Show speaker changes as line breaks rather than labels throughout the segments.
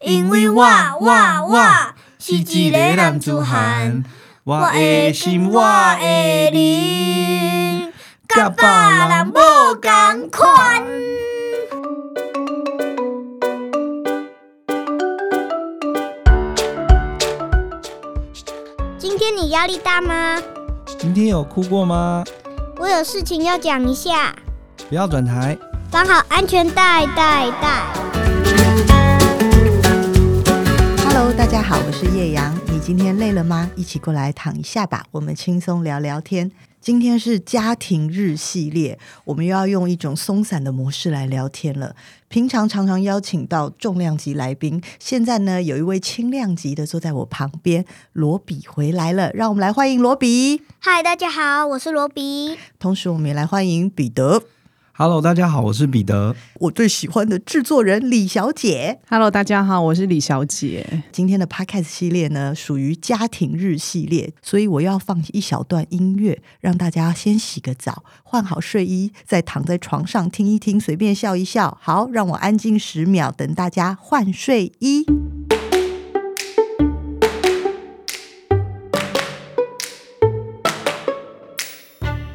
因为我我我是一个男子汉，我的心我的灵，甲别人无共款。
今天你压力大吗？
今天有哭过吗？
我有事情要讲一下，
不要转台。
绑好安全带，带带。
Hello，大家好，我是叶阳。你今天累了吗？一起过来躺一下吧，我们轻松聊聊天。今天是家庭日系列，我们又要用一种松散的模式来聊天了。平常常常邀请到重量级来宾，现在呢有一位轻量级的坐在我旁边，罗比回来了，让我们来欢迎罗比。
嗨，大家好，我是罗比。
同时，我们也来欢迎彼得，
Hello，大家好，我是彼得。
我最喜欢的制作人李小姐。
Hello，大家好，我是李小姐。
今天的 podcast 系列呢，属于家庭日系列，所以我要放一小段音乐，让大家先洗个澡，换好睡衣，再躺在床上听一听，随便笑一笑。好，让我安静十秒，等大家换睡衣。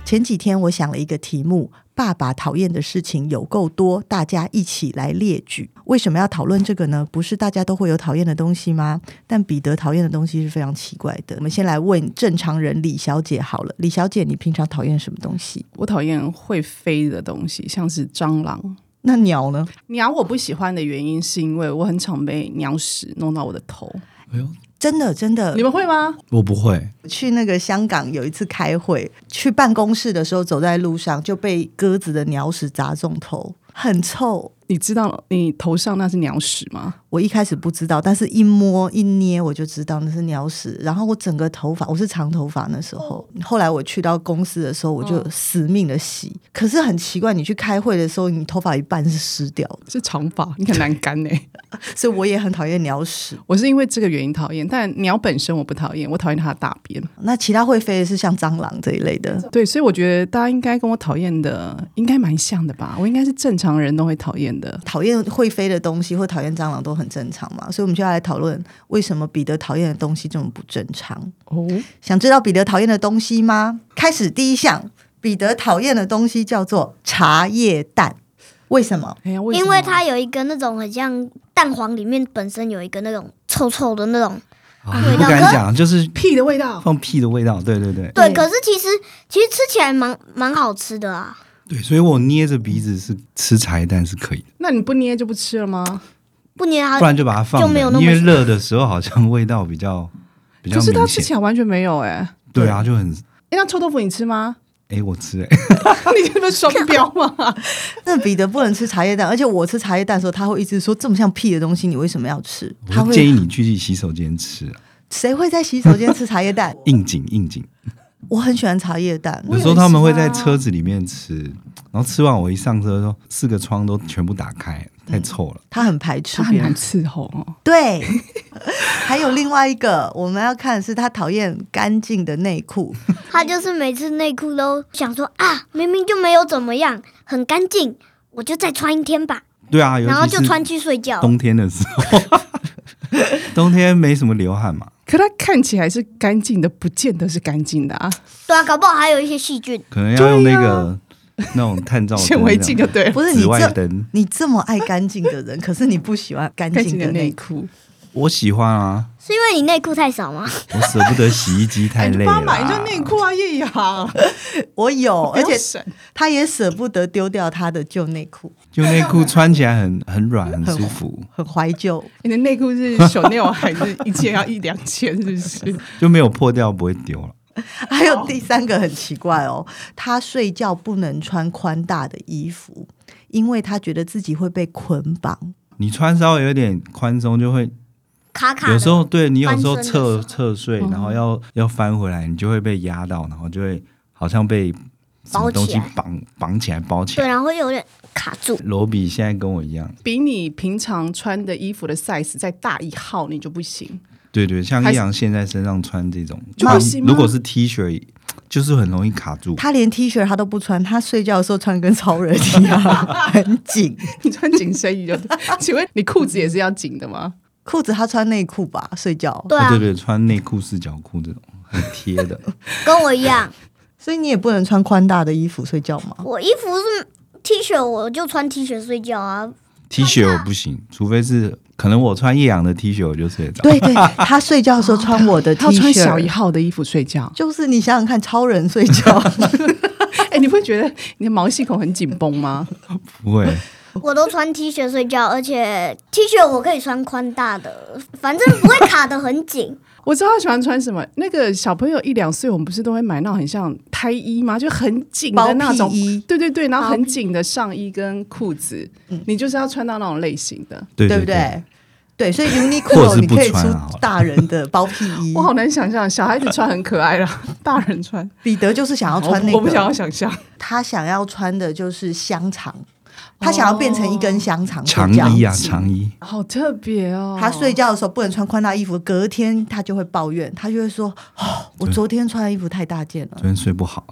前几天我想了一个题目：爸爸讨厌的事情有够多，大家一起来列举。为什么要讨论这个呢？不是大家都会有讨厌的东西吗？但彼得讨厌的东西是非常奇怪的。我们先来问正常人李小姐好了，李小姐，你平常讨厌什么东西？
我讨厌会飞的东西，像是蟑螂。
那鸟呢？
鸟我不喜欢的原因是因为我很常被鸟屎弄到我的头。
哎呦，
真的，真的
你，们会吗？
我不会，
去那个香港有一次开会，去办公室的时候走在路上就被鸽子的鸟屎砸中头，很臭。
你知道你头上那是鸟屎吗？
我一开始不知道，但是一摸一捏我就知道那是鸟屎。然后我整个头发，我是长头发那时候。后来我去到公司的时候，我就死命的洗。可是很奇怪，你去开会的时候，你头发一半是湿掉的，
是长发，你很难干呢、
所以我也很讨厌鸟屎。
我是因为这个原因讨厌，但鸟本身我不讨厌，我讨厌它的大便。
那其他会飞的是像蟑螂这一类的，
对，所以我觉得大家应该跟我讨厌的应该蛮像的吧？我应该是正常人都会讨厌的。
讨厌会飞的东西或讨厌蟑螂都很正常嘛。所以我们就要来讨论为什么彼得讨厌的东西这么不正常。
哦，
想知道彼得讨厌的东西吗？开始第一项，彼得讨厌的东西叫做茶叶蛋。为什么？
哎呀，
因
什
为
么
它有一个那种很像蛋黄里面本身有一个那种臭臭的那种，
啊你不敢讲，就是
屁的味道。
放屁的味道。对对对
对。
对
可是其实其实吃起来蛮蛮好吃的啊。
对，所以我捏着鼻子是吃茶叶蛋是可以的，
那你不捏就不吃了吗？
不捏它
不，然就把它放
啊就没有
冷，
那么
因为热的时候好像味道比较比较
可是它
明
吃起
显。
来完全没有哎、欸。
对啊，就很
哎，那臭豆腐你吃吗？
哎，我吃哎，
你这不是双标吗？
那彼得不能吃茶叶蛋，而且我吃茶叶蛋的时候，他会一直说这么像屁的东西，你为什么要吃？他
我建
会
议你去洗手间吃啊，？
谁会在洗手间吃茶叶蛋
应景应景。
我很喜欢茶叶蛋，
有
也
时候他们会在
喜欢啊
车子里面吃，然后吃完我一上车说四个窗都全部打开，
嗯
太臭了。
他很排斥
它很
别人
难伺候哦。
对， 还有另外一个我们要看的是他讨厌干净的内裤。
它就是每次内裤都想说啊，明明就没有怎么样，很干净，我就再穿一天吧，
对啊，尤
然后
其
就是穿去睡觉。
冬天的时候， 冬天没什么流汗嘛，
可它看起来是干净的，不见得是干净的啊，
对啊，搞不好还有一些细菌。
可能要用那个、那种探照灯
显微镜
这
就
样
对了。
不是你
紫外
这
灯，
你这么爱干净的人，可是你不喜欢干
干
净
净
的
的
内
内
裤。
裤，
我喜欢啊，
是因为你内裤太少吗？
我舍不得洗衣机太
哎你
累
帮
了
我买一件
啦。
内裤啊，叶雅，
我有，而
不
且
要省
他也舍不得丢掉他的旧内裤，
就内裤穿起来很很软，很舒服，
很怀旧。
你的内裤是小内有还是一件要一两千？是不是？
就没有破掉，不会丢了。
还有第三个很奇怪哦，他睡觉不能穿宽大的衣服，因为他觉得自己会被捆绑。
你穿稍微有点宽松，就会
卡卡的。
有时候对你有时候
翻身的时
侧
候
侧睡，然后要要翻回来，你就会被压到，然后就会好像被什么东
包起
西
来
绑绑起来包起
对，
来。
然后会有点卡住。
罗比现在跟我一样，
比你平常穿的衣服的 size 再大一号，你就不行。
对对，像
还
易
是
阳现在身上穿这种，
就
穿
不行吗
如果是 T 恤，就是很容易卡住。哦
他连 T 恤他都不穿，他睡觉的时候穿跟超人 一样，很紧。
你穿紧身衣就对。请问你裤子也是要紧的吗？
裤子他穿内裤吧，睡觉，
对啊
对，对，穿内裤、四角裤这种很贴的，
跟我一样，
所以你也不能穿宽大的衣服睡觉嘛。
我衣服是 T 恤，我就穿 T 恤睡觉啊。
T 恤我不行，除非是可能我穿叶阳的 T 恤我就睡得着。
对对，他睡觉的时候穿我的 T
他要
恤，
穿小一号的衣服睡 觉。
就是你想想看，超人睡觉，
哎、你不会觉得你的毛细孔很紧绷吗？
不会，
我都穿 T 恤睡觉，而且 T 恤我可以穿宽大的，反正不会卡得很紧。
我知道他喜欢穿什么。那个小朋友一两岁，我们不是都会买那种很像胎衣吗？就很紧
包
的那种
屁衣
对对对，然后
包
很
屁
紧的上衣跟裤子，你就是要穿到那种类型的。
对
对不
对
对？对，所以
或
Uniqlo
者
你
是不
可以
穿
出
啊好了
大人的包 屁衣
我。好难想象，小孩子穿很可爱啦， 大人穿，
彼得就是想要穿那个，
我不想要想象。
他想要穿的就是香肠，他想要变成一根香肠睡
长
觉
哦衣啊，长衣，
好特别哦！
他睡觉的时候不能穿宽大衣服，隔天他就会抱怨，他就会说：“哦，我昨天穿的衣服太大件了
昨，天睡不好。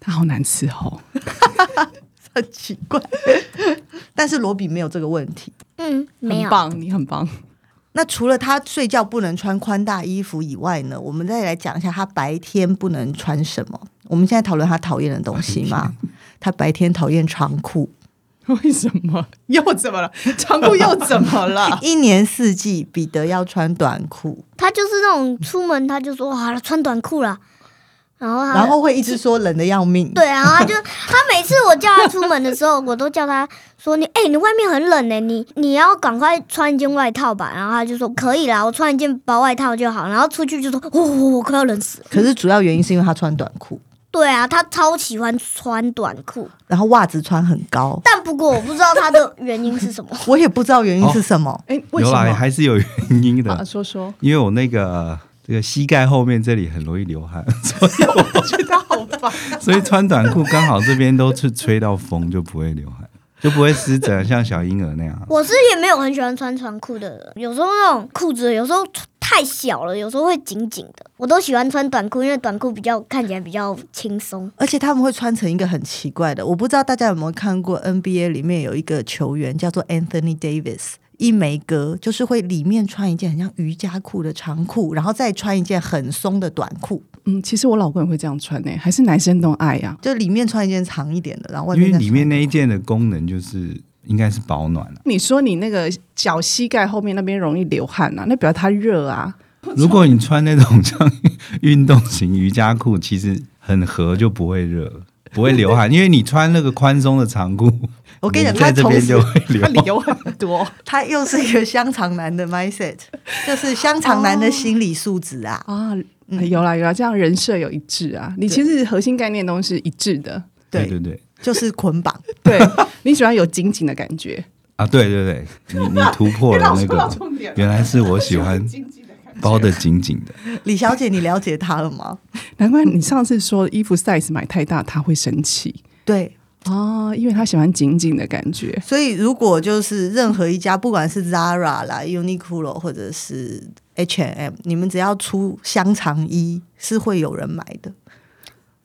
他好难伺候。
很奇怪。” 但是罗比没有这个问题。
嗯，没
很
有，
棒，你很棒。
那除了他睡觉不能穿宽大衣服以外呢，我们再来讲一下他白天不能穿什么。我们现在讨论他讨厌的东西嘛，他白天讨厌长裤，？
为什么又怎么了？ 长裤又怎么了
一年四季彼得要穿短裤，
他就是那种出门他就说好了穿短裤啦，然后他
然后会一直说冷的要命。
对，然后他就他每次我叫他出门的时候，我都叫他说你哎、你外面很冷呢、你你要赶快穿一件外套吧。然后他就说可以啦，我穿一件薄外套就好。然后出去就说我我我快要冷死了。
可是主要原因是因为他穿短裤，
对啊，他超喜欢穿短裤，
然后袜子穿很高。
但不过我不知道他的原因是什么。
我也不知道原因是什么。
哎、为什
有
么？
啦，还是有原因
啊，
的，，
说说
因为我那个这个膝盖后面这里很容易流汗， 所以
我觉得好棒。
所以穿短裤刚好这边都是吹到风，就不会流汗，就不会湿疹，像小婴儿那样。
我是也没有很喜欢穿长裤的人，有时候那种裤子有时候太小了，有时候会紧紧的。我都喜欢穿短裤，因为短裤比较看起来比较轻松。
而且他们会穿成一个很奇怪的，我不知道大家有没有看过 NBA 里面有一个球员叫做 Anthony Davis，一枚哥，就是会里面穿一件很像瑜伽裤的长裤，然后再穿一件很松的短裤，
嗯，其实我老公也会这样穿呢、欸还是男生都爱啊呀、
就里面穿一件长一点的，然后外
因
面
为
再
里
穿
面那一件的功能就是应该是保暖啊。
你说你那个脚膝盖后面那边容易流汗啊，那表示他热 啊。
如果你穿那种像运动型瑜伽裤，其实很合，就不会热，不会流汗，因为你穿那个宽松的长裤，
我跟你讲，
在
他
这
同
边
时
就会流
他
汗。
流很多
他又是一个香肠男的 mindset，就是香肠男的心理素质啊。
哦
啊，有啦有啦，这样人设有一致啊。你其实核心概念都是一致的，
对
对
对对，
就是捆绑，
对 你喜欢有紧紧的感觉。
啊，对对对，你你突破了那个，
重点
原来是我喜欢包的紧紧的，
李小姐，你了解他了吗？
难怪你上次说衣服 size 买太大，他会生气
对，
哦，因为他喜欢紧紧的感觉。，
所以如果就是任何一家，不管是 Zara 啦、Uniqlo 或者是 H&M，你们只要出香肠衣，是会有人买的。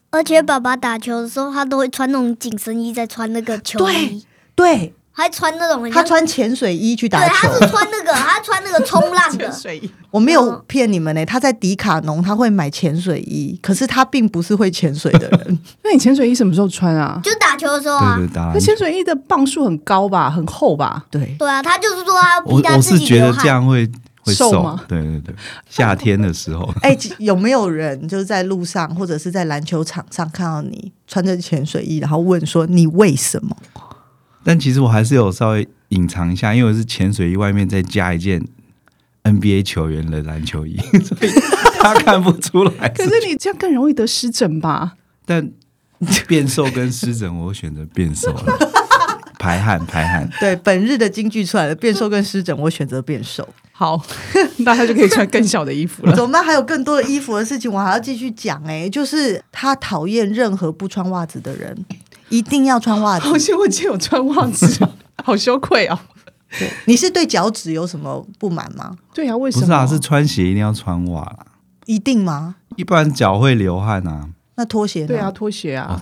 而且爸爸打球的时候，他都会穿那种紧身衣，再穿那个球衣，
对
还穿那种很
他
像
穿潜水衣去打
对，他
球，
是穿那个，他穿那个冲浪的
水衣
我没有骗你们呢、他在迪卡侬他会买潜水衣，可是他并不是会潜水的 人。
那你潜水衣什么时候穿啊？
就打球的时候啊
对，对，打
那
篮球
潜。水衣的磅数很高吧，很 厚吧？
对，
对啊，他就是说他要
我
逼他
我
自
是
己
觉
流
得这
汗。
样会会
瘦
瘦
吗，
对对对，夏天的时候
哎、有没有人就是在路上或者是在篮球场上看到你穿着潜水衣，然后问说你为什么？
但其实我还是有稍微隐藏一下，因为我是潜水衣外面再加一件 NBA 球员的篮球衣， 所以他看不出来。
可是你这样更容易得湿疹吧？
但变瘦跟湿疹，我选择变瘦了，排汗排汗。
对，本日的金句出来了，变瘦跟湿疹，我选择变瘦。
好，大家就可以穿更小的衣 服了。
怎么办？还有更多的衣服的事情，我还要继续讲哎、就是他讨厌任何不穿袜子的人，一定要穿袜子
好。像我记得有穿袜子， 好羞愧哦。
对你是对脚趾有什么不满吗？
对啊，为什
不
么？
是啊，是穿鞋一定要穿袜啦，
一定吗？
一不然脚会流汗啊。
那拖鞋呢？
啊
啊对啊，，拖鞋啊，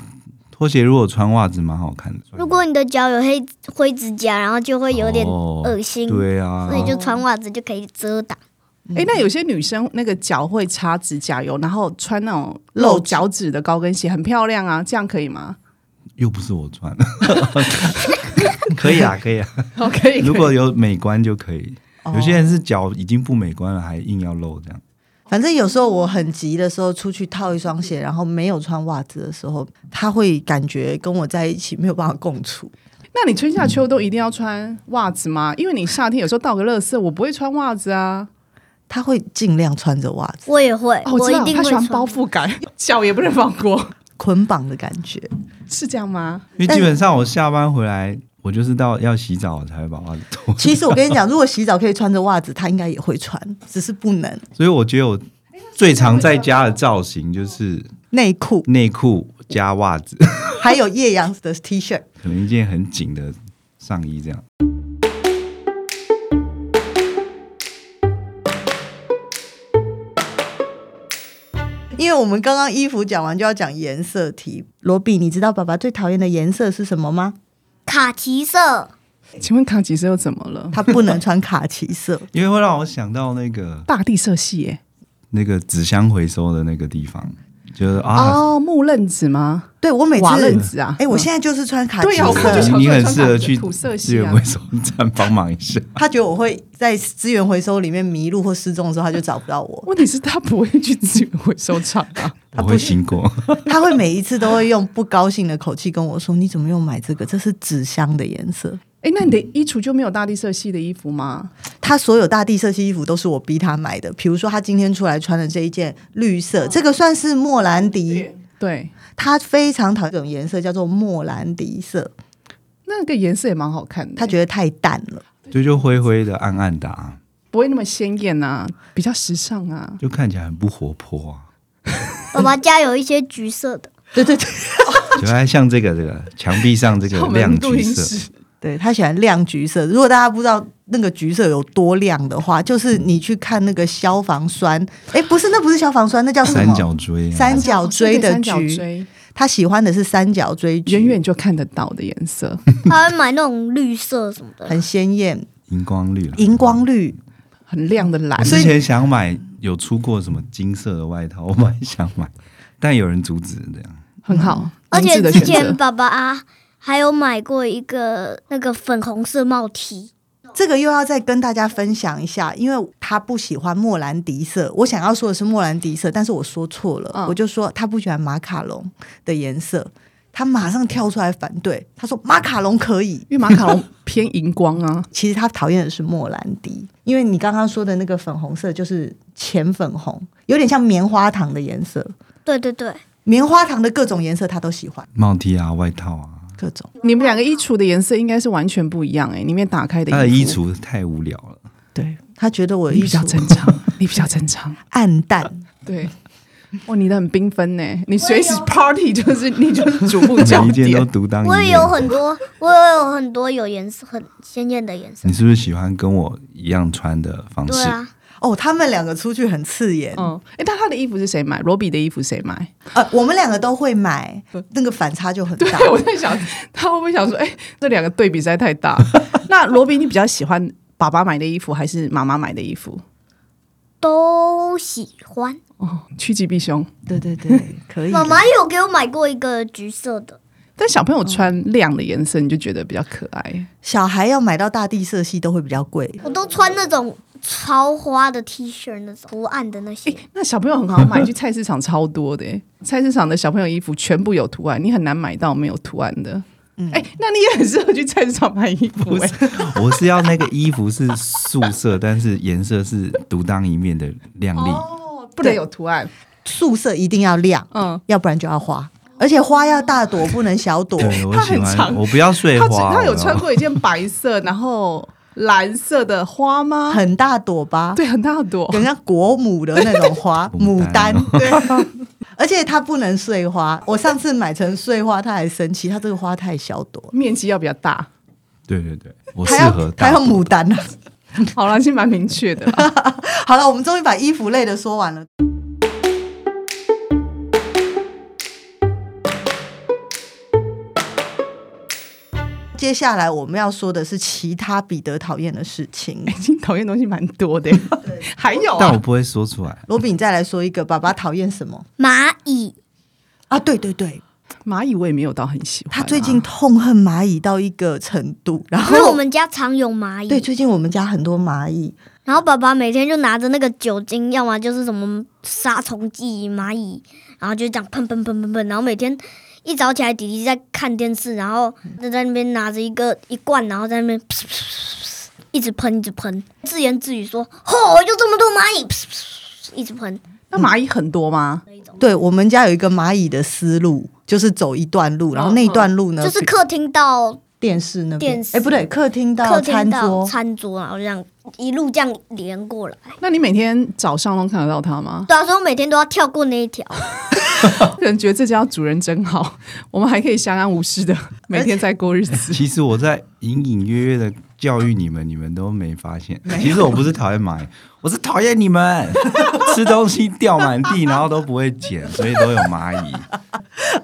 拖鞋如果穿袜子蛮好看的。
如果你的脚有黑灰指甲，然后就会有点恶心，
哦对啊
所，以就穿袜子就可以遮挡。
哎、那有些女生那个脚会擦指甲油，然后穿那种露脚趾的高跟鞋，很漂亮啊，这样可以吗？
又不是我穿，可以啊，可 以啊。
哦，可以。
如果有美观就可以，
哦
有些人是脚已经不美观了，还硬要露这样。
反正有时候我很急的时候，出去套一双鞋，然后没有穿袜子的时候，他会感觉跟我在一起没有办法共处。
那你春夏秋冬一定要穿袜子吗？因为你夏天有时候倒个垃圾，我不会穿袜子啊。
他会尽量穿着袜子，
我也会，
哦，
我
知
一
道
定
他
会
喜欢包覆感，脚也不能放过，
捆绑的感 觉。
是这样吗？
因为
但
基本上我下班回来，我就是到要洗澡我才会把袜子脱。
其实我跟你讲，如果洗澡可以穿着袜子，他应该也会穿，只是不能
所以我觉得我最常在家的造型就是
内裤，
内裤加袜子，
还有叶阳的 T 恤。
可能一件很紧的上衣这样。
因为我们刚刚衣服讲完就要讲颜色题。罗比，你知道爸爸最讨厌的颜色是什么 吗？
卡其色。
请问卡其色又怎么了？
他不能穿卡其色。
因为会让我想到那个
大地色系耶、
那个纸箱回收的那个地方，就是啊，
哦，木愣子吗？
对我每次，
瓦楞
哎、
子啊？
我现在就是穿卡其
对呀我看
色
就。想
你很
说
适合
穿
去
土色
资
系
源
啊
回收站帮忙一下。
他觉得我会在资源回收里面迷路或失踪的时候，他就找不到 我。
问题是他不会去资源回收厂啊。
我会经过，
他会每一次都会用不高兴的口气跟我说：“你怎么又买这个？这是纸箱的颜色。
哎，那你的衣橱就没有大地色系的衣服吗？”
他所有大地色系衣服都是我逼他买的。比如说，他今天出来穿的这一件绿色，这个算是莫兰迪。
对，
他非常讨厌这种颜色，叫做莫兰迪色。
那个颜色也蛮好看的，
他觉得太淡了。
就就灰灰的、暗暗的、啊，
不会那么鲜艳啊，比较时尚啊。
就看起来很不活泼啊。
爸爸家有一些橘色的，
对对对，
就还像这个这个墙壁上这个
我
亮
们录
橘
音
色，
室
对他喜欢亮橘色。如果大家不知道那个橘色有多亮的话，就是你去看那个消防栓，哎，不是，那不是消防栓，那叫什
三
么？
角锥、啊，
三角锥的
三角
橘，
锥，
他喜欢的是三角锥橘，
远远就看得到的颜色。
他会买那种绿色什么的。
很鲜艳，
荧光绿啦
荧光绿。
很亮的蓝
我，之前想买有出过什么金色的外套，我本来想买，但有人阻止这样。
很好。
嗯而且
明智的
之
选
前
择
爸爸啊还有买过一个那个粉红色帽 T，
这个又要再跟大家分享一下，因为他不喜欢莫兰迪色。我想要说的是莫兰迪色，但是我说错了，
嗯
我就说他不喜欢马卡龙的颜色。他马上跳出来反对，他说马卡龙可以，
因为马卡龙偏荧光啊，
其实他讨厌的是莫兰迪，因为你刚刚说的那个粉红色就是浅粉红，有点像棉花糖的颜色。
对对对，
棉花糖的各种颜色他都喜欢，
帽 T 啊，外套啊，
各种。
你们两个衣橱的颜色应该是完全不一样哎、里面打开的
他的衣
衣服，
橱太无聊了。
对他觉得我
你
衣
比较
橱
正常，你比较正常，
暗淡，
对。哇，你的很缤纷呢！你随时 party 就是你就是主妇焦
每一件都
点，
独当一
我也
面
有。很多，我也有很多有颜色很鲜艳的颜色
你。是不是喜欢跟我一样穿的方
对
式？
啊，
哦，他们两个出去很刺眼。
嗯，哎，但他的衣服是谁买？罗比的衣服谁买？
呃，我们两个都会买，那个反差就很大。
对，我在想，他会不会想说，哎、这两个对比实在太大。那罗比，你比较喜欢爸爸买的衣服还是妈妈买的衣服？
都喜欢。
哦，趋吉避凶。
对对对，可以。
妈妈有给我买过一个橘色的，
但小朋友穿亮的颜色，你就觉得比较可爱。
小孩要买到大地色系都会比较贵，
我都穿那种超花的 T 恤，那种图案的那些。
那小朋友很好买，去菜市场超多的、哎菜市场的小朋友衣服全部有图案，你很难买到没有图案的。哎、那你也很适合去菜市场买衣服、哎，
我是要那个衣服是素色，但是颜色是独当一面的亮丽。
不能有图案。
素色一定要亮，
嗯，
要不然就要花，而且花要大朵，不能小朵。
对，我
它
喜
很
欢，
长
我不要碎
他
花。
他有
我要，
穿过一件白色，然后蓝色的花吗？
很大朵吧？
对，很大朵。
人家国母的那种花牡
牡
丹
丹，哦
对。而且它不能碎花，我上次买成碎花，他还生气，他这个花太小朵了，
面积要比较大。
对对对，我适
他要
合
他
大
要牡丹了。
好啦，是蛮明确的啦。
好了，我们终于把衣服类的说完了。接下来我们要说的是其他彼得讨厌的事情。
已经讨厌的东西蛮多的耶， 还有
但
啊
我不会说出来。
罗比，你再来说一个，爸爸讨厌什么
蚂蚁，
啊？对对对，
蚂蚁，我也没有到很喜欢啊。
他最近痛恨蚂蚁到一个程度，然
因为
后
我们家常有蚂蚁。
对最近我们家很多蚂蚁，
然后爸爸每天就拿着那个酒精，要么就是什么杀虫剂、蚂蚁，然后就这样喷喷喷喷喷。然后每天一早起来，弟弟在看电视，然后就在那边拿着一个一罐，然后在那边噗噗噗噗噗一直喷一直喷，自言自语说：“吼，就这么多蚂蚁！”噗噗噗噗一直喷。
那蚂蚁很多吗？
对我们家有一个蚂蚁的思路，就是走一段路，然后那一段路呢
嗯就是客厅到
电视那边
电，视
哎不对，客厅到
客厅
餐
到
桌，
餐桌，然后这样一路这样连过来。
那你每天早上都看得到它 吗？
对啊，所以我每天都要跳过那一条。
可能觉得这家主人真 好，我们还可以相安无事的每天在过日子。
其实我在隐隐约约的教育你们，你们都没发现。其实我不是讨厌蚂蚁，我是讨厌你们 吃东西掉满地，然后都不会捡，所以都有蚂蚁。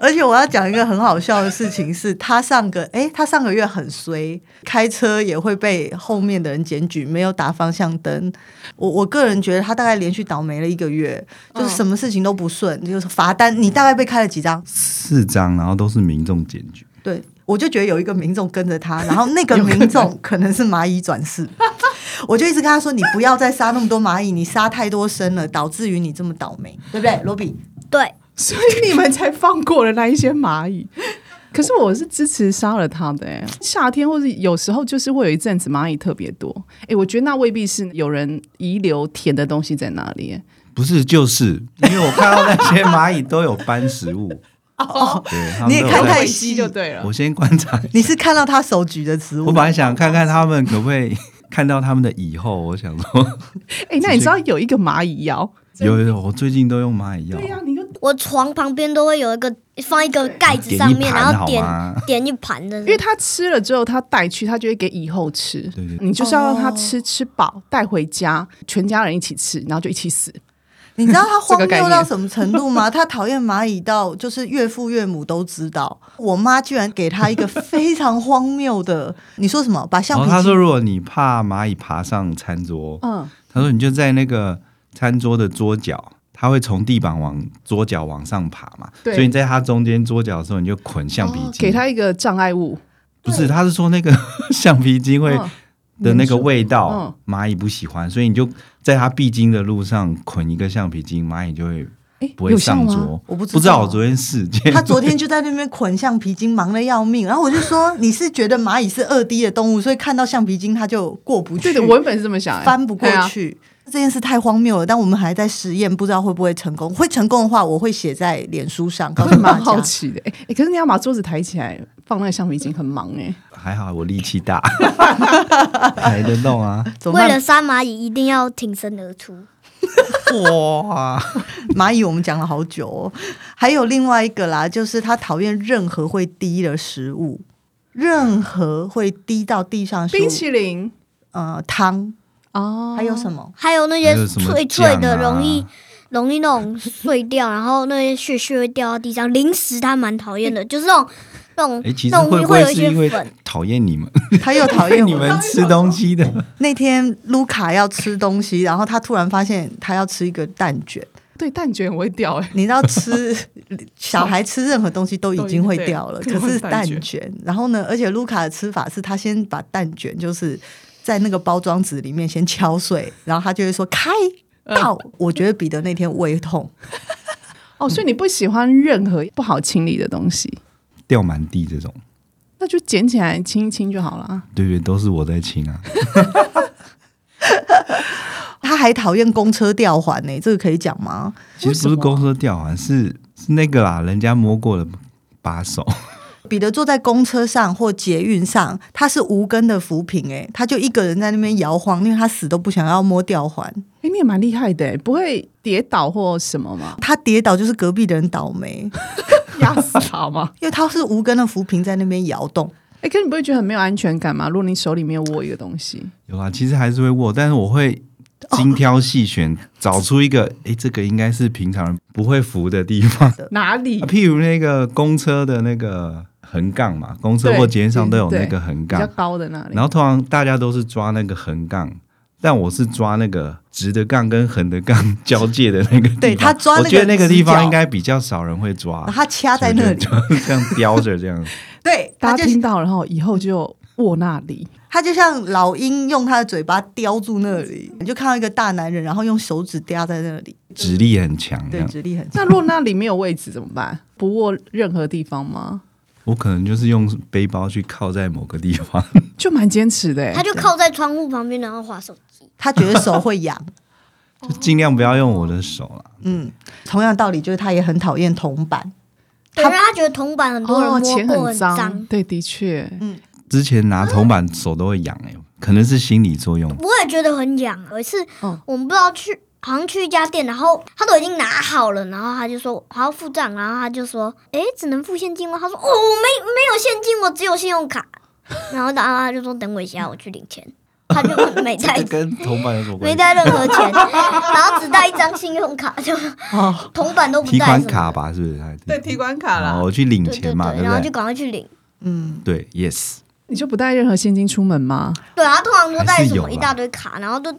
而且我要讲一个很好笑的事情是，他上个哎，他上个月很衰，开车也会被后面的人检举，没有打方向灯。我我个人觉得他大概连续倒霉了一个月，就是
嗯
什么事情都不顺，就是罚单，你大概被开了几张？
四张，然后都是民众检举。
对，我就觉得有一个民众跟着他，然后那 个民众可能是蚂蚁转世。 我就一直跟他说：“你不要再杀那么多蚂蚁，你杀太多生了，导致于你这么倒霉，对不对，罗比？
对，
所以你们才放过了那一些蚂蚁。 可是我是支持杀了它的、欸，夏天或者有时候就是会有一阵子蚂蚁特别多，哎、我觉得那未必是有人遗留甜的东西在那里、欸
不是，就是因为我看到那些蚂蚁都有搬食物。哦，对，他们
你也
都有
看
在
太
吸
细
就对了
我。先观察一下。
你是看到他手举的植 物
我本来想看看他们可不可以 看到他们的蚁后，我想 说，
哎、那你知道有一个蚂蚁药？
有有，我最近都用蚂蚁药，
对呀、你就
我床旁边都会有一个放一个盖子
点
上
一
面，
盘
然后
好
点
吗
点一盘的，
因为它吃了之后，它带去，它就会给蚁后吃。
对对对
你就是要让它吃吃饱，带回家，全家人一起吃，然后就一起死。
你知道他
这
荒
个概
谬
念
到什么程度吗？他讨厌蚂蚁到就是岳父岳母都知道。我妈居然给他一个非常荒谬的，你说什么？把橡
然
皮
后
筋？
哦
他说，如果你怕蚂蚁爬上餐桌，
嗯，
他说你就在那个餐桌的桌角，它会从地板往桌角往上爬嘛，
对哦
所以你在它中间桌角的时候，你就捆橡皮筋。
给它一个障碍物，
不是，他是说那个 橡皮筋会
嗯
的那个
粘住
味道，蚂蚁不喜欢，所以你就在它必经的路上捆一个橡皮筋，蚂蚁就会
哎，
不会
有效
上
吗？
桌。
我不知道
不知道，我昨天试见。
他昨天就在那边捆橡皮筋，忙得要命。然后我就说，你是觉得蚂蚁是二 D 的动物，所以看到橡皮筋他就过不去，
对的，我原本是这么想、欸，
翻不过
对啊
去。这件事太荒谬了，但我们还在实验，不知道会不会成功。会成功的话，我会写在脸书 上，告
我
诉
也
大
蛮好
家。
奇的。哎、欸可是你要把桌子抬起来放那个橡皮筋，很忙哎、
还好我力气 大，抬得动啊！
怎么
为了
办？
杀蚂蚁一定要挺身而出。
哇，
蚂蚁我们讲了好久哦，还有另外一个啦，就是他讨厌任何会滴的食物，任何会滴到地上的食物
冰，淇淋
呃，汤
哦
还有什么？
还有那
还
些
有什么
脆脆的，
酱啊
容易容易那种碎掉，然后那些屑屑会掉到地上。零食他蛮讨厌的，就是那种那种
哎，其实
那种
会不
会
会
有一
是因
些
为
粉，
讨厌你们，
哦
他又讨厌
你
我
们吃东西的？
那天卢卡要吃东西，然后他突然发现他要吃一个蛋卷。
对蛋卷我会掉 哎、
你知道吃小孩吃任何东西都已经会掉了，
都已经
可
对
是
都
蛋
会蛋卷
卷。然后呢，而且卢卡的吃法是他先把蛋卷就是在那个包装纸里面先敲碎，然后他就会说开到。我觉得彼得那天胃 痛，
哦，所以你不喜欢任何不好清理的东西，
掉满地这种，
那就捡起来清一清就好了。啊
对对，都是我在清啊。
他还讨厌公车吊环呢、这个可以讲吗？
其实不是公车掉环，是是那个啦，人家摸过的把手。
彼得坐在公车上或捷运上，他是无根的浮萍哎、他就一个人在那边摇晃，因为他死都不想要摸吊环。？
哎、你也蛮厉害的、欸，不会跌倒或什么吗
他跌倒就是隔壁的人倒霉，
压死它吗？
因为他是无根的浮萍在那边摇动。
哎、可是你不会觉得很没有安全感吗？如果你手里面握一个东西，
有啦，其实还是会握，但是我会精挑细选，找出一个，诶，这个应该 是平常人不会扶的地方。
哪里
啊譬如那个公车的那个横杠嘛，公车或捷运上都有那个横
比较
杠，
高的那里。
然后通常大家都是抓那个横杠，但我是抓那个直的杠跟横的杠 交界的那个地方。
对他抓那个
我觉得那个地
直
方
角
应该比较少人会抓
然后，他掐在那里
所，以就 就这样叼着这 样。
对，他
大
就
家听到，然后以后就握那里，
他就像老鹰用他的嘴巴叼住那 里，你就看到一个大男人，然后用手指叼在那里，
直立很强这
对，
嗯
样，
指力很强。
那如果那里没有位置怎么办？不握任何地方吗？
我可能就是用背包去靠在某个地方，
就蛮坚持的、欸。
他就靠在窗户旁边，然后划手机。
他觉得手会痒， 哦
就尽量不要用我的手啦。
嗯，同样道理，就是他也很讨厌铜板，
对，
他
然后他觉得铜板很多人摸
哦，钱
过
很
很
脏，
脏。
对，的确，
之前拿铜板手都会痒哎、可能是心理作用。
我也觉得很痒。啊有一次
哦
嗯，
我们不知道去，好像去一家店，然后他都已经拿好了，然后他就说还要付账，然后他就说，诶，只能付现金吗？他说，哦，我没没有现金，我只有信用卡。然后然后他就说，等我一下，我去领钱。他就没带
这跟铜板有什么关
没
系？
带任何钱，然后只带一张信用卡，就
哦，
铜板都不
提
带
款
什么
卡
的。
吧，是不是？
款卡
好，我去领
对对
钱嘛，
对，然后
不
就
对？
赶快去领。
嗯，
对，yes，
你就不带任何现金出门吗？
对啊，他通常都
还
带
是
什
有
么
啦
一大堆卡，然后都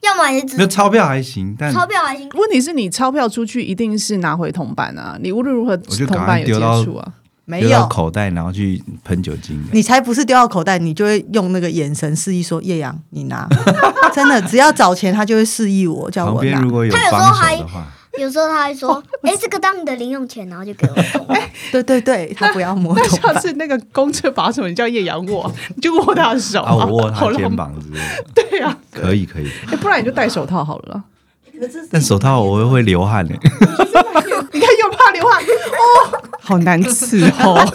要么也只
那钞票还行，但
钞票还行，
问题是你钞票出去一定是拿回铜板啊，你无论如何
就
铜
赶
板
快
有
丢到
接触啊。
没
丢到
有，
口袋，然后去喷酒精的。
你才不是丢到口袋，你就会用那个眼神示意说叶阳，你 拿，真的，只要找钱，他就会示意我叫
旁
我
边
拿
如，果有
他有时候
帮手
还
的话，
有时候他还说：“哎、这个当你的零用钱，然后就给我。
对对对，他不要摸
那
铜
下
板，
次那个公车把手，你叫叶阳握，你就握他的手
啊，我握
好
他
浪
肩
漫
膀之类的，
对啊，
可 以可以。
哎不然你就戴手套好了啦。
但手套我会会流汗的，
你看又怕流汗，哦， 好难伺 候。哦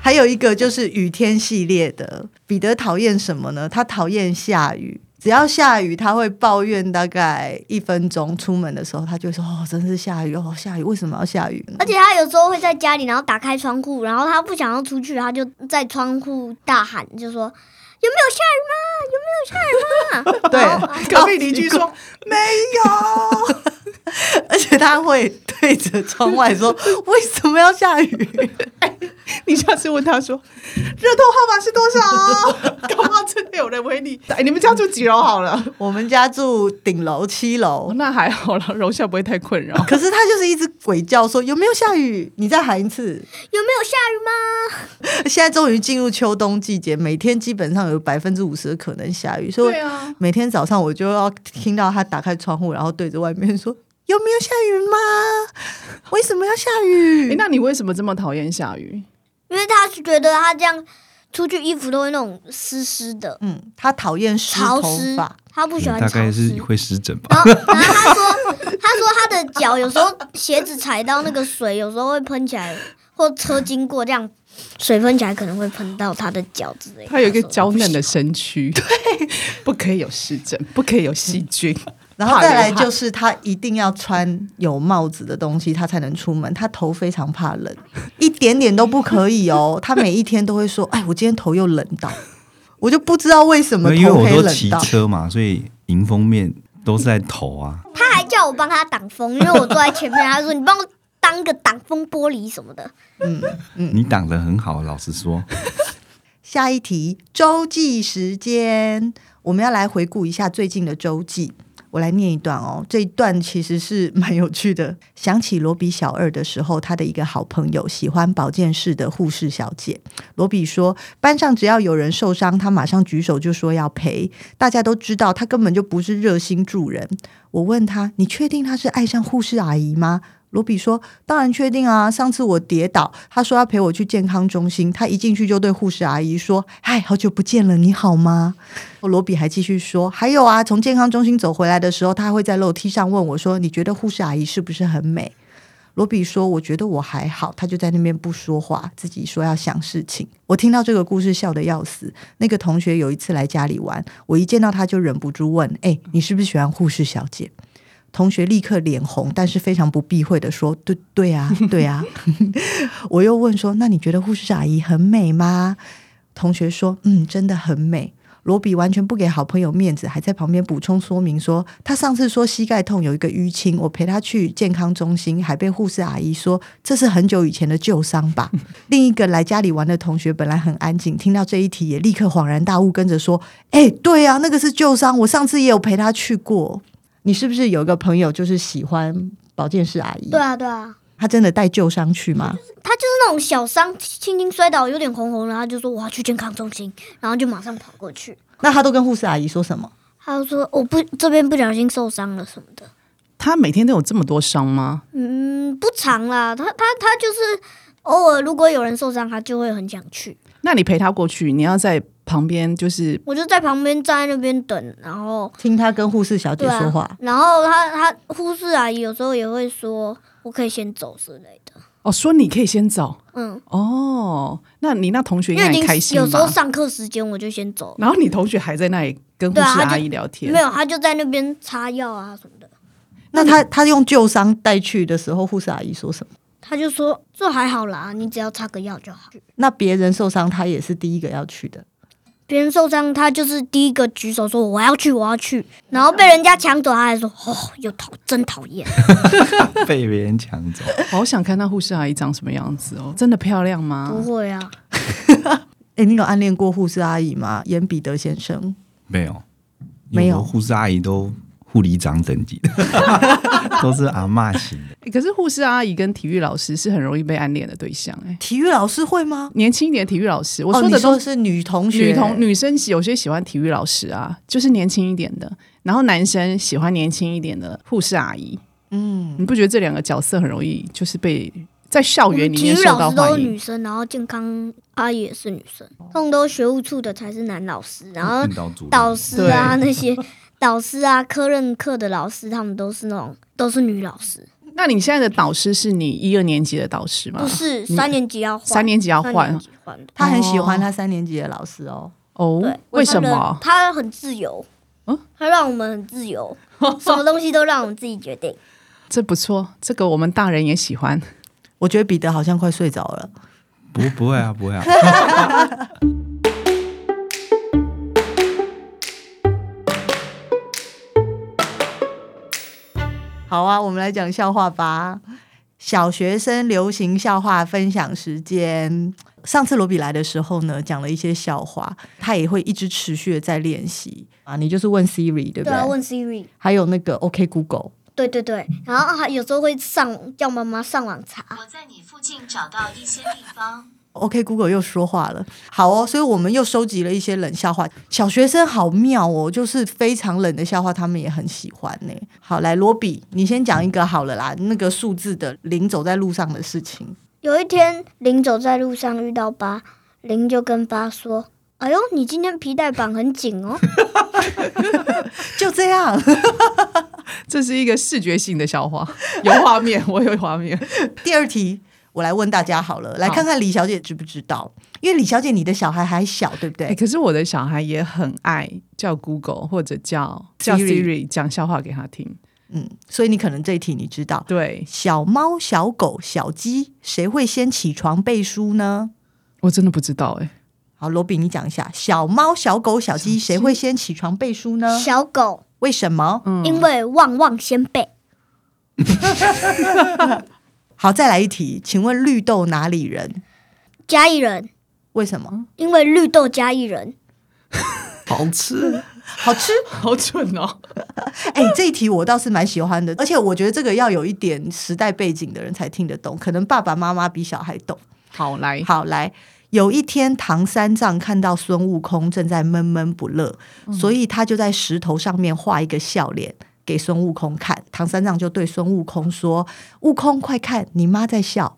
还有一个就是雨天系列的，彼得讨厌什么呢？他讨厌下雨。只要下雨，他会抱怨大概一分钟。出门的时候，他就会说：“哦，真是下雨哦，下雨为什么要下雨呢？””
而且他有时候会在家里，然后打开窗户，然后他不想要出去，他就在窗户大喊，就说：“有没有下雨吗？有没有下雨吗？”
对
然后
隔壁邻居 说，
没有， 而且他会对着窗外说：“为什么要下雨
你下次问他说，热痛号码是多啊 少？搞不好真的有人回你。哎，你们家住几楼好了？？”
我们家住顶楼七楼
哦，，那还好了，楼下不会太困扰。
可是他就是一直鬼叫说：“有没有下雨？”你再喊一次。
有没有下雨吗？
现在终于进入秋冬季节，每天基本上有百分之五十的可能下雨，所以
啊，
每天早上我就要听到他打开窗户，然后对着外面说：“有没有下雨吗？ 为什么要下雨？”
哎，那你为什么这么讨厌下雨？
因为他是觉得他这样出去，衣服都会那种湿湿的、
嗯，他讨厌湿
潮
头
湿
发，，
他不喜欢
嗯大
潮
概
湿
是。会湿疹吧。
然后，然后他说，他说他的脚有时候鞋子踩到那个水，有时候会喷起来，或车经过这样，水喷起来可能会喷到他的脚之类的。
它有一个娇嫩的身躯， 对，不可以有湿疹，不可以有细菌。
然后再来
怕流汗
就是他一定要穿有帽子的东西，他才能出门。他头非常怕冷，一点点都不可以 哦。他每一天都会说：“哎，我今天头又冷到，我就不知道为什么
因为
头
我
可以
都
冷
骑
到。”
车嘛，所以迎风面都是在头啊。
他还叫我帮他挡风，因为我坐在前面，他说你帮我当个挡风玻璃什么的。
嗯
你挡得很好，老实说，
下一题，周记时间，我们要来回顾一下最近的周记。我来念一段哦，这一段其实是蛮有趣的。想起罗比小二的时候，他的一个好朋友喜欢保健室的护士小姐。罗比说，班上只要有人受伤，他马上举手就说要赔。大家都知道他根本就不是热心助人。我问他，你确定他是爱上护士阿姨吗？罗比说：“当然确定啊！上次我跌倒，他说要陪我去健康中心，他一进去就对护士阿姨说：‘嗨，好久不见了，你好吗？’罗比还继续说：‘还有啊，从健康中心走回来的时候，他会在楼梯上问我说：‘你觉得护士阿姨是不是很美？’罗比说：‘我觉得我还好。’他就在那边不说话，自己说要想事情。我听到这个故事笑得要死。那个同学有一次来家里玩，我一见到他就忍不住问：‘哎，你是不是喜欢护士小姐？’同学立刻脸红，但是非常不避讳的说：“对对啊，对啊。”我又问说：“那你觉得护士阿姨很美吗？”同学说：“嗯，真的很美。”罗比完全不给好朋友面子，还在旁边补充说明说，他上次说膝盖痛有一个淤青，我陪他去健康中心，还被护士阿姨说这是很久以前的旧伤吧。 另一个来家里玩的同学本来很安静，听到这一题也立刻恍然大悟，跟着说：“哎、对啊，那个是旧伤，我上次也有陪他去过。”你是不是有一个朋友就是喜欢保健室阿 姨？
对啊，对啊，
他真的带旧伤去吗？
他就是那种小伤，轻轻摔倒，有点红红的，他就说我要去健康中心，然后就马上跑过去。
那他都跟护士阿姨说什么？
他就说我不这边不小心受伤了什么的。
他每天都有这么多伤吗？
嗯，不长啦，他他他就是偶尔如果有人受伤，他就会很想去。
那你陪他过去，你要在旁边，就是
我就在旁边站在那边等，然后
听他跟护士小姐
对啊，
说话，
然后他他护士阿姨有时候也会说我可以先走之类的，
哦，说你可以先走
嗯，
哦。那你那同学
因
应
为
该
已
很
经
开心
有时候
吧？
上课时间我就先走了，
然后你同学还在那里跟护
对啊
士
他就
阿姨聊天，
没有他就在那边擦药啊什么的，
那他他用旧伤带去的时候，护士阿姨说什么？
他就说这还好啦，你只要擦个药就好。
那别人受伤，他也是第一个要去的。
别人受伤，他就是第一个举手说我要去，我要
嗯
去，然后被人家抢走，他还说哦，又讨真讨厌。
被别人抢走。
好想看那护士阿姨长什么样子哦，真的漂亮
不
吗？
会啊，
哎，你有暗恋过护士阿姨吗？严彼得先生，
没有，
没有
因为我护士阿姨都护理长等 级的，都是阿嬷型的。
可是护士阿姨跟体育老师是很容易被暗恋的对象哎、
体育老师会吗？
年轻一点的体育老师，我
哦
说
你
的都
说是女同学，
女同女生有些喜欢体育老师啊，就是年轻一点的，然后男生喜欢年轻一点的护士阿姨。嗯，你不觉得这两个角色很容易就是被在校园里
体
面
育
受到
老师都
欢
是
迎？
女生，然后健康阿姨也是女生，
嗯
通都学务处的才是男老师，然
嗯
后
运动主任
导师啊那些导师啊科任课的老师，他们都是那种都是女老师，
那你现在的导师是你一二年级的导师吗？
不是三年级要换，
啊三年级要换
三年级换的。
她很喜欢她三年级的老师哦。
哦
对，，
为什么？
他很自由，
嗯
他让我们很自 由，什么东西都让我们自己决定。
这不错，这个我们大人也喜欢。
我觉得彼得好像快睡着了。
不不会啊，不会啊。
好啊，我们来讲笑话吧。小学生流行笑话分享时间。上次罗比来的时候呢，讲了一些笑话，他也会一直持续的在练习啊。你就是问 Siri 对
对
不对？
啊，问 Siri。
还有那个 OK Google。
对对对，然后还有时候会上叫妈妈上网查，
我在你附近找到一些地方。
OK Google 又说话了，好哦，所以我们又收集了一些冷笑话。小学生好妙哦，就是非常冷的笑话，他们也很喜欢呢。好，来罗比，你先讲一个好了啦，那个数字的零走在路上的事情。
有一天林走在路上遇到八，林就跟八说：“哎呦，你今天皮带绑很紧 哦。
就这样，
这是一个视觉性的笑话， 有画面，我有画面。
第二题我来问大家好了，来
好
看看李小姐知不知道？因为李小姐你的小孩还小，对不
哎、
对？
可是我的小孩也很爱叫 Google 或者叫叫
Siri
Siri 讲笑话给他听。
嗯，所以你可能这一题你知道。
对
小猫、小狗、小鸡，谁会先起床背书呢？
我真的不知道哎、
好，罗比，你讲一下，小猫、小狗、小鸡，谁会先起床背书呢”？
小狗
为什么？
嗯
因为旺旺先背，
好，再来一题，请问绿豆哪里人？
加一人，
为什么？
因为绿豆加一人。
好吃，
好吃？
好蠢哦！
哎、这一题我倒是蛮喜欢的，而且我觉得这个要有一点时代背景的人才听得懂，可能爸爸妈妈比小孩懂。
好来，
好，来，有一天唐三藏看到孙悟空正在闷闷不乐，所以他就在石头上面画一个笑脸给孙悟空看。唐三藏就对孙悟空说：“悟空，快看，你妈在笑。”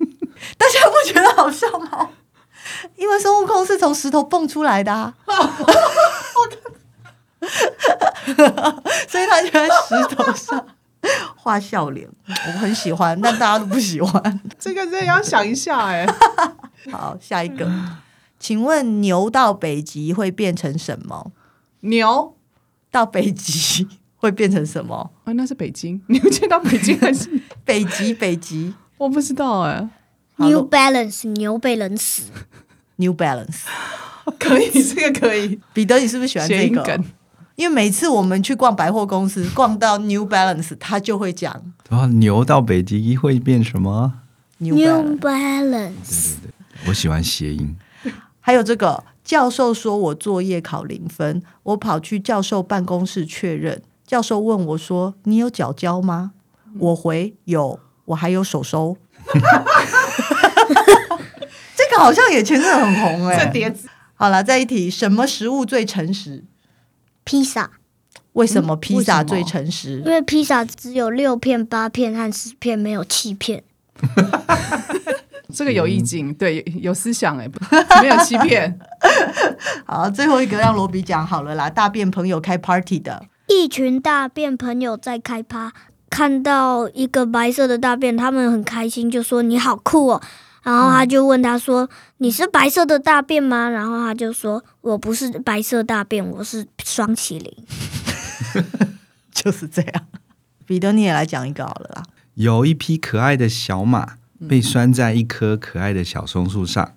大家不觉得好笑吗？因为孙悟空是从石头蹦出来的、啊。 所以他就在石头上画笑脸，我很喜欢，但大家都不喜欢。
这个真的要想一下哎、
好，下一个，请问牛到北极会变成什么？
牛
到北极会变成什 么？
啊，那是北京，你有见到北京还是？
北极，北极
我不知道哎、
好
New Balance 牛被冷死，
，New Balance。
可以， 这个可以。
彼得，你是不是喜欢
谐
这
音
个？
梗，
因为每次我们去逛百货公司，逛到 New Balance，他就会讲
然后牛到北极会变什么？
New
New
Balance。
Balance，
我喜欢谐音，
还有这个教授说我作业考零分，我跑去教授办公室确认，教授问我说：“你有脚胶吗？”我回有，我还有手收。 这个好像也前阵很红哎、
叠字
好了，再一题，什么食物最诚实？
披萨，
为什么披萨
为什么
最诚实？
因为披萨只有六片、八片和十片，没有七片。
这个有意
嗯
境，对，有思想哎，不 没有欺骗。
好，最后一个让罗比讲好了啦。大便朋友开 party 的，
一群大便朋友在开趴，看到一个白色的大便，他们很开心，就说你好酷哦。然后他
嗯
就问他说：“你是白色的大便吗？”然后他就说：“我不是白色大便，我是双麒麟。
就是这样。彼得，你也来讲一个好了啦。
有一匹可爱的小马
嗯
被拴在一棵可爱的小松树上，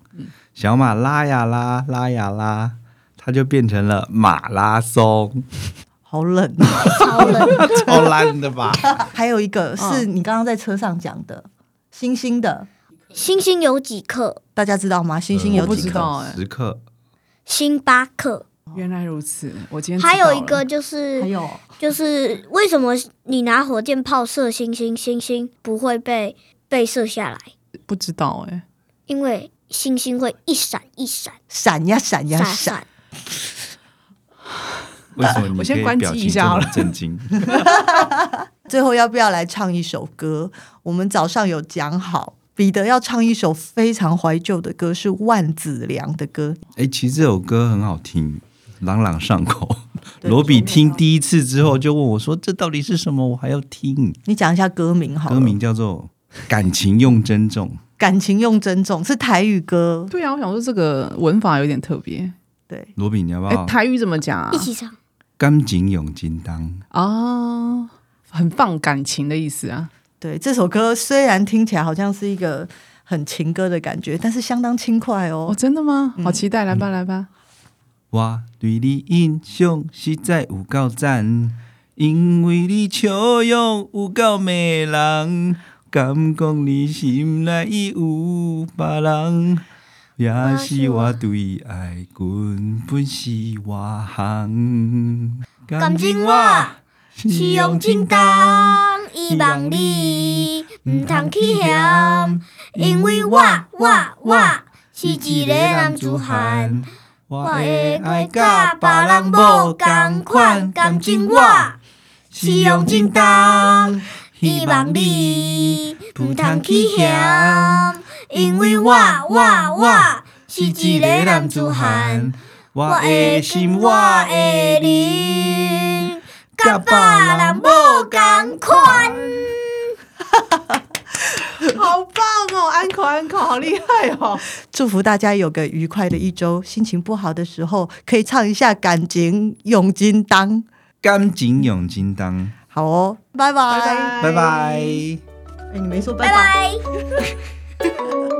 小马拉呀拉，拉呀拉，它就变成了马拉 松，
好冷哦、
超人
超烂的吧？
还有一个是你刚刚在车上讲的，星星的，
星星有几克？
大家知道吗？星
呃
星有
我不
几
知
颗？
道哎
十克，
星巴克。
原来如此，我今天
还
知道
有
了
一个就
还
是
有
就是为什么你拿火箭炮射星星，星星不会被被射下来？
不知道哎，
因为星星会一闪一闪
闪呀闪呀
闪
闪，
闪。
为什么你
我先
可以
关机
表情
一下
这么
好了
震 惊，
最后要不要来唱一首歌？我们早上有讲好，彼得要唱一首非常怀旧的歌，是万梓良的歌。
哎、其实这首歌很好听，朗朗上口。
对
罗比听第一次之后就问我说：“这到底是什么？我还要听。
你讲一下歌名”好了。
歌名叫做《感情用珍重》。
感情用珍重是台语歌，
对啊，我想说这个文法有点特别。
对，
罗比，你要不
哎
要，？
台语怎么讲啊
一？起唱。
感情用金当，
哦，很放感情的意思啊。
对，这首歌虽然听起来好像是一个很情歌的感觉，但是相当轻快
哦，
哦。
真的吗？
嗯
好期待，来吧，来吧。
我对你印象实在有够赞，因为你笑容有够迷人，敢讲你心内已有别人。也是我对爱根本是外行，
感情我是用真当，希望你毋通去嫌，因为我我我是一个男子汉，，
我
我的爱甲别人无共款，感情我是用真当，希望你毋通去嫌，因为我我我是一个男子汉，我的心我的灵，甲别人无共款。
好棒哦，安可安可，好厉害哦！祝福大家有个愉快的一周。心情不好的时候，可以唱一下《感情用金当》。
感情用金当，
好哦，拜拜，
拜拜
拜拜。
哎，你没说拜拜。
拜。